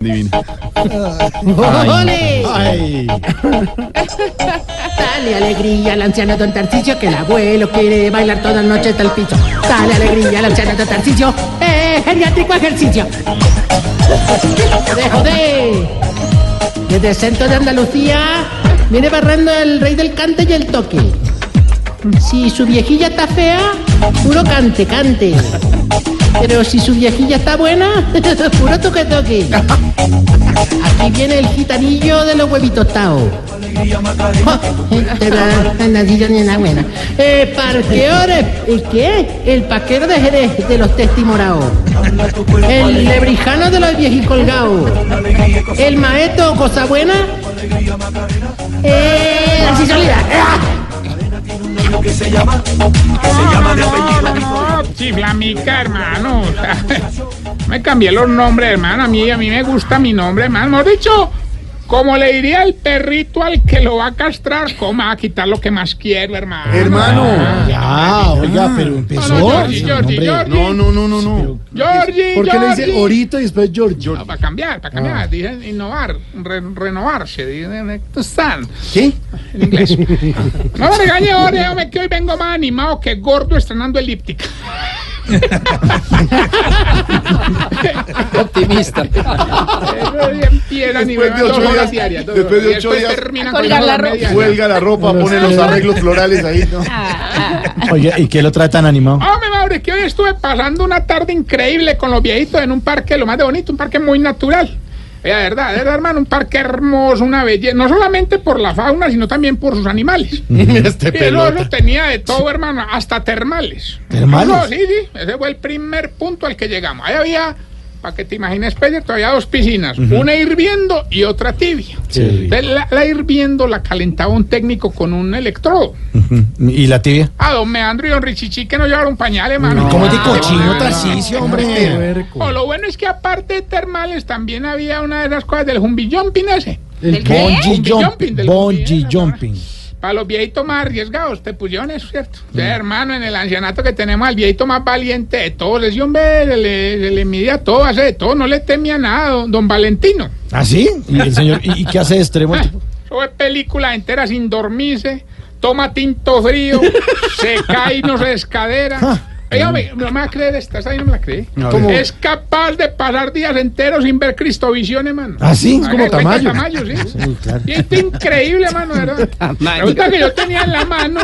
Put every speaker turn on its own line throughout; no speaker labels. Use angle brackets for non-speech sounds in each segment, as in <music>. Divino.
¡Ole!
Ay,
Dale alegría al anciano don Tarcicio, que el abuelo quiere bailar toda la noche hasta el piso. Dale alegría al anciano don Tarcicio, eh, geriátrico ejercicio. ¡De joder! Desde el centro de Andalucía, viene barrando el rey del cante y el toque. Si su viejilla está fea, puro cante, cante. Pero si su viejilla está buena, <laughs> puro toque, toque. Aquí viene el gitanillo de los huevitos tao. <laughs> Te va a nadillo ni nada buena. Eh, parqueores, ¿el qué? El paquero de Jerez de los testimoraos. El lebrijano de los viejicolgaos. El maeto, cosa buena. Eh, la sisonidad.
Chifla mica, hermano. <laughs> me cambié los nombres, hermano. A mí, a mí me gusta mi nombre, hermano. Hemos dicho, como le diría el perrito al que lo va a castrar, coma a quitar lo que más quiero, hermano.
hermano. Ya, oiga, pero empezó.
No, no, Jordi,
No,
Jordi,
hombre.
Jordi.
No, no, no, no, no.
Jordi,
¿Por qué le dice
Jordi.
Orito y después George?
Ah, Para cambiar, para cambiar, dicen innovar, re- renovarse, dicen están
¿Qué?
en inglés.
<laughs>
no me regañe, Jorge, hombre, que hoy vengo más animado que gordo estrenando elíptica.
Optimista.
Eso es bien piedra, ni
Después de
beban dos
ocho
horas
días-
diarias, dos
después de
horas. Y
ocho
después
días-
terminan
A colgar
con
la
las
ropa.
medias.
Cuelga la ropa, pone los arreglos florales ahí, ¿no?
Oiga, ¿y qué lo trae tan animado?
Hombre, Mauro, que hoy estuve pasando una tarde increíble con los viejitos en un parque, lo más de bonito, un parque muy natural. Eh, La verdad, de verdad, hermano, un parque hermoso, una belleza, no solamente por la fauna, sino también por sus
<laughs>
animales.
Este
Y el
pelota.
horno tenía de todo, hermano, hasta termales.
¿Termales?
No, no, sí, sí, ese fue el primer punto al que llegamos. Ahí había, para que te imagines, Peyer, todavía dos piscinas, una hirviendo y otra tibia.
Sí.
De La, la hirviendo la calentaba un técnico con un electrodo.
¿Y la tibia?
A don Meandro y don Richichi que no llevaron pañales, hermano.
¿Cómo te
Ah,
cochino,
no,
Tarcicio, hombre?
no, lo bueno es que aparte de termales también había una de las cosas del jumbillompin ese.
El
qué?
bungee
Bungee jumping
jumping.
del
Bungee
bungee,
jumping.
Para los viejitos más arriesgados, te pusieron eso, ¿cierto? Entonces, hermano, en el ancianato que tenemos al viejito más valiente de todos, ese hombre se le, se le midía todo, hace de todo, no le temía nada, don, don Valentino.
¿Ah, sí? ¿Y el señor? ¿Y y qué hace de extremo? el
Ah,
tipo?
<laughs> Eso es película entera sin dormirse, toma
<laughs>
tinto frío, se cae y no se descadera. Oiga, hombre, no me va a creer esta, esta sí no me la creí.
Ah. A
¿Cómo?
ver.
Es capaz de pasar días enteros sin ver Cristovisión, hermano.
¿Ah, sí?
Haga
Como
de cuenta
Tamayo.
Tamayo,
<laughs>
sí.
Sí, claro.
Y esto es increíble, hermano, ¿verdad? Resulta que yo tenía en la mano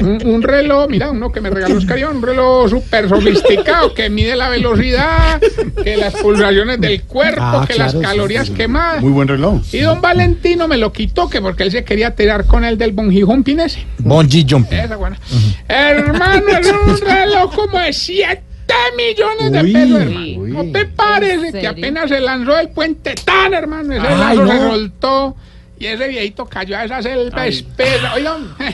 un, un reloj, mira, uno que me regaló Oscarión, un reloj súper sofisticado que mide la velocidad, que las pulsaciones del cuerpo,
Ah,
que
claro,
las
sí,
calorías
sí, sí.
quemadas.
Muy buen reloj.
Y don Valentino me lo quitó, que porque él se quería tirar con el del bungee jumping ese.
Bungee jumping.
Esa buena. Hermano,
<laughs>
era un reloj como de 7 millones de
Uy,
pesos, hermano.
uy.
¿No te parece que
serio?
apenas se lanzó el puente tan, hermano? Ese
Ay,
lazo se
no.
soltó y ese viejito cayó a esa selva espesa. Oigan, <laughs>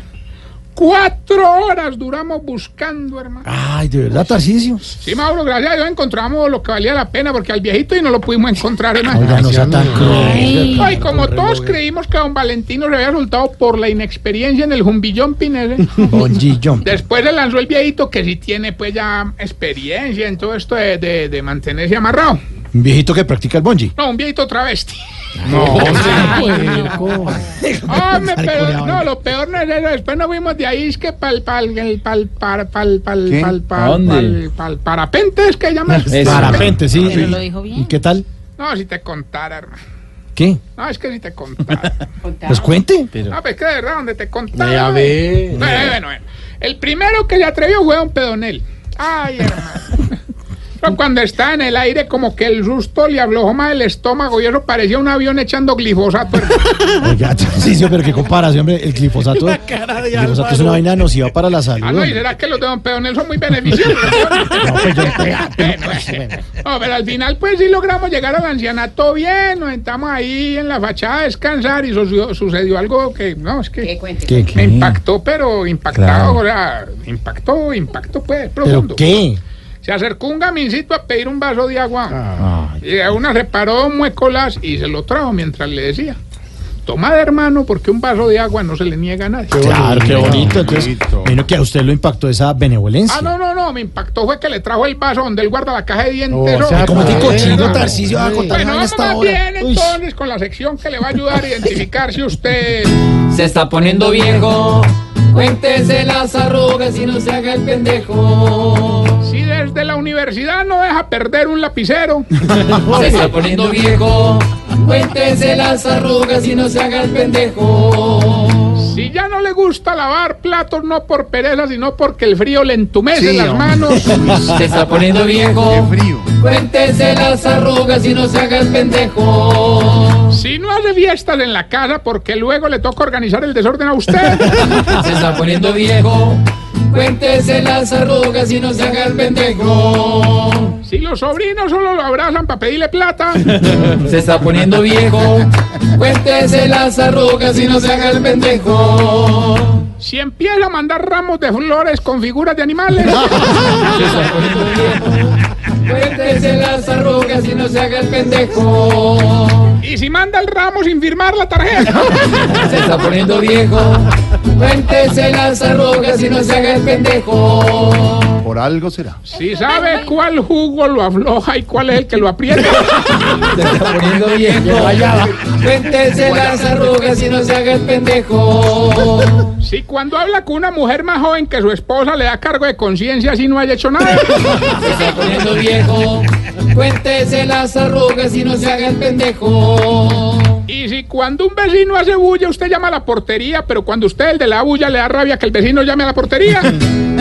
cuatro horas duramos buscando, hermano.
Ay, de verdad, Tarcicio.
Sí, Mauro, gracias a Dios encontramos lo que valía la pena porque al viejito y no lo pudimos encontrar, hermano.
Oiga, no sea tan cruel.
Ay, como todos creímos que a don Valentino le había resultado por la inexperiencia en el jumbillón pinese,
<laughs> Bungee jumping.
después le lanzó el viejito que sí tiene pues ya experiencia en todo esto de, de- de mantenerse amarrado.
Un viejito que practica el bungee.
No, un viejito travesti. Oh,
<laughs> Puerco.
Hombre,
Pensar
pero
con la
no,
vaina.
lo peor no es eso. Después nos fuimos de ahí, es que pal, pal, el pal, pal, pal, pal,
¿Qué?
pal,
¿A
pal,
dónde?
pal, pal, parapente es que llamas.
Eso.
Parapente, sí.
Pero lo dijo bien.
¿Y qué tal?
No, si te contara, hermano.
¿Qué?
No, es que si te contara.
Pues cuente.
No, pues que de verdad, donde te contaba.
Ya ve.
<laughs>
Bueno, bueno, bueno. El primero que se atrevió fue Don Pedonel. Ay, hermano. Pero cuando estaba en el aire, como que el susto le habló más del estómago y eso parecía un avión echando glifosato. hermano.
Oiga, <laughs> sí, sí, pero qué comparación, hombre. El glifosato, el glifosato es una vaina nociva para la salud.
Ah, no, ¿y será que los de Don Pedro Nel son muy beneficiosos?
<laughs> No, pues yo- vea, pero-
No, pero al final, pues sí logramos llegar al ancianato bien. Nos sentamos ahí en la fachada a descansar y sucedió, sucedió algo que, no, es que
¿Qué, qué?
me impactó, pero impactado,
Claro.
o sea, impactó, impactó, pues, profundo.
¿Pero qué?
Se acercó un gamincito a pedir un vaso de agua.
Ah.
Y a una reparó un muecolas y se lo trajo mientras le decía. Toma de hermano, porque un vaso de agua no se le niega a nadie.
Claro, qué bonito. Entonces, menos que a usted lo impactó esa benevolencia.
Ah, no, no, no, me impactó fue que le trajo el vaso donde él guarda la caja de dientes.
No,
¿no?
o sea,
Oh, Como
Ah,
te cochino,
bueno.
Tarcicio, va a contar vaina
Bueno,
a
vamos
esta
más
hora.
bien
Uy,
entonces con la sección que le va a ayudar a identificar si usted...
Se está poniendo viejo. Cuéntese las arrugas y no se haga el pendejo.
Si desde la universidad no deja perder un lapicero.
Se está poniendo viejo. Cuéntese las arrugas y no se haga el pendejo.
Si ya no le gusta lavar platos, no por pereza, sino porque el frío le entumece
Sí,
las
hombre.
manos.
<laughs>
Se está poniendo
Qué
viejo.
frío.
Cuéntese las arrugas y no se haga el pendejo.
Si no hace fiestas en la casa, porque luego le toca organizar el desorden a usted.
<laughs>
Se está poniendo viejo. Cuéntese las arrugas y no se haga el pendejo.
Si los sobrinos solo lo abrazan para pedirle
<laughs>
plata.
Se está poniendo viejo. Cuéntese las arrugas y no se haga el pendejo.
Si empieza a mandar ramos de flores con figuras de
<laughs>
animales.
Se está poniendo viejo. Cuéntese las arrugas y no se haga el pendejo.
Y si manda el ramo sin firmar la
<laughs>
tarjeta.
Se está poniendo viejo. Cuéntese las arrugas y no se haga el pendejo.
Por algo será.
Si sabe cuál jugo lo afloja y cuál es el que lo aprieta.
<laughs>
Se está poniendo viejo. Cuéntese las arrugas y no se haga el pendejo.
Si cuando habla con una mujer más joven que su esposa le da cargo de conciencia si no haya hecho
<laughs>
nada.
Se está poniendo viejo. Cuéntese las arrugas y no se haga el pendejo.
Y si cuando un vecino hace bulla, usted llama a la portería, pero cuando usted el de la bulla le da rabia que el vecino llame a la
<laughs>
portería.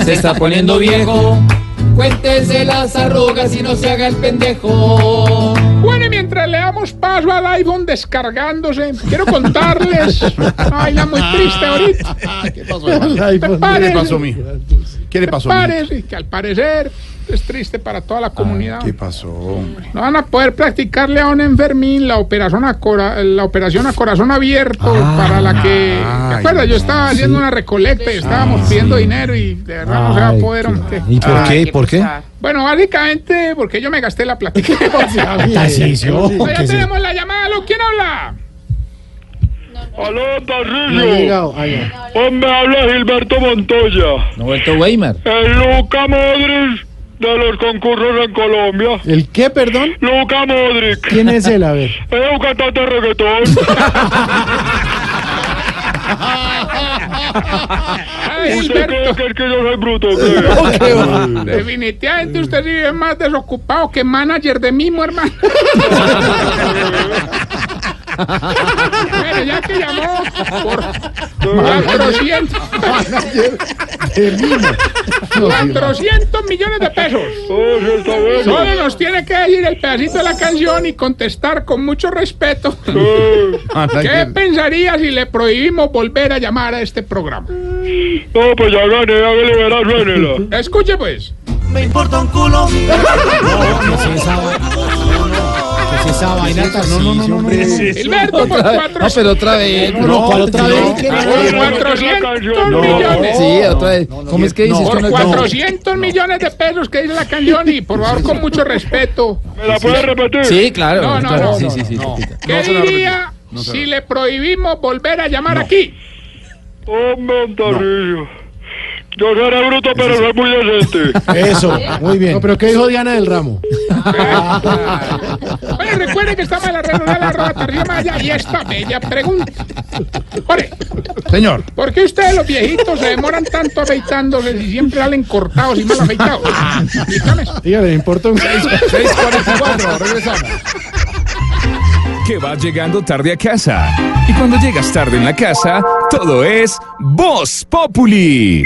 Se está poniendo viejo. Cuéntese las arrugas y no se haga el pendejo.
Bueno, y mientras le damos paso al iPhone descargándose, quiero contarles. Ay, la muy triste ahorita.
Ah, ¿Qué
<laughs>
pasó, hermano? ¿Qué
Prepárese,
le pasó, mijo? ¿Qué le pasó, mijo?
prepárese, que al parecer es triste para toda la comunidad.
¿Qué pasó, hombre?
No van a poder practicarle a un enfermín la operación a, cora- la operación a corazón abierto
Ah.
para la que... ¿Te acuerdas? Yo estaba haciendo una recolecta y estábamos pidiendo dinero y de verdad no se va a
Ah, ay,
poder...
qué-
hombre.
¿Y por qué? ¿Y por qué?
Bueno, básicamente porque yo me gasté la plata.
Tarcicio.
Bueno,
¿qué
ya
es eso?
tenemos la llamada, ¿lo quién habla?
Aló,
No ha
Tarrillo.
llegado. Ah, ya.
Pues me habla Gilberto Montoya.
No vuelto Weimar.
El Luca Modric de los concursos en Colombia.
¿El qué, perdón?
Luca Modric.
¿Quién es él? A ver.
<laughs> Es un cantante de
<laughs>
reggaetón.
Ay,
¿Usted cree
Gilberto,
que es que yo soy bruto?
<laughs>
¿qué?
<laughs>
definitivamente usted sí es más desocupado que manager de mismo, hermano. Pero ya que llamó por 400,
El mismo. No, sí,
400 millones de pesos.
Oh, sí, está bueno.
Solo nos tiene que decir el pedacito de la canción y contestar con mucho respeto.
Eh,
hermano,
¿Qué
hay que-
pensaría si le prohibimos volver a llamar a este programa?
No, pues ya gané, hágale verás, suénela.
Escuche pues.
¿Qué es esa va- ¿Qué es esa vaina, Tarcicio? hombre?
Gilberto, por cuatro-
otra vez.
No, no, ¿cuál otra vez?
por
no, no, no,
400
no, no,
millones.
otra vez. ¿Cómo es que dices?
Por 400 millones de pesos que dice la canción y por favor con mucho respeto.
¿Me la puede repetir?
Sí, claro.
¿eh? No, no,
claro,
no,
sí,
no,
sí, sí, sí.
¿Qué diría si le prohibimos volver a llamar aquí?
Hombre, Tarrillo. Yo seré bruto, pero soy muy decente.
Eso, muy bien.
No, pero ¿qué dijo Diana del Ramo?
Bueno, recuerden que estamos en la red de la arroba Tarcisio Maya y esta bella pregunta. Ore,
Señor.
¿por qué ustedes los viejitos se demoran tanto afeitándose si siempre salen cortados y mal afeitados? Explícame eso.
Dígale, me importa un 644. Regresamos.
que va llegando tarde a casa. Y cuando llegas tarde en la casa, todo es Voz Populi.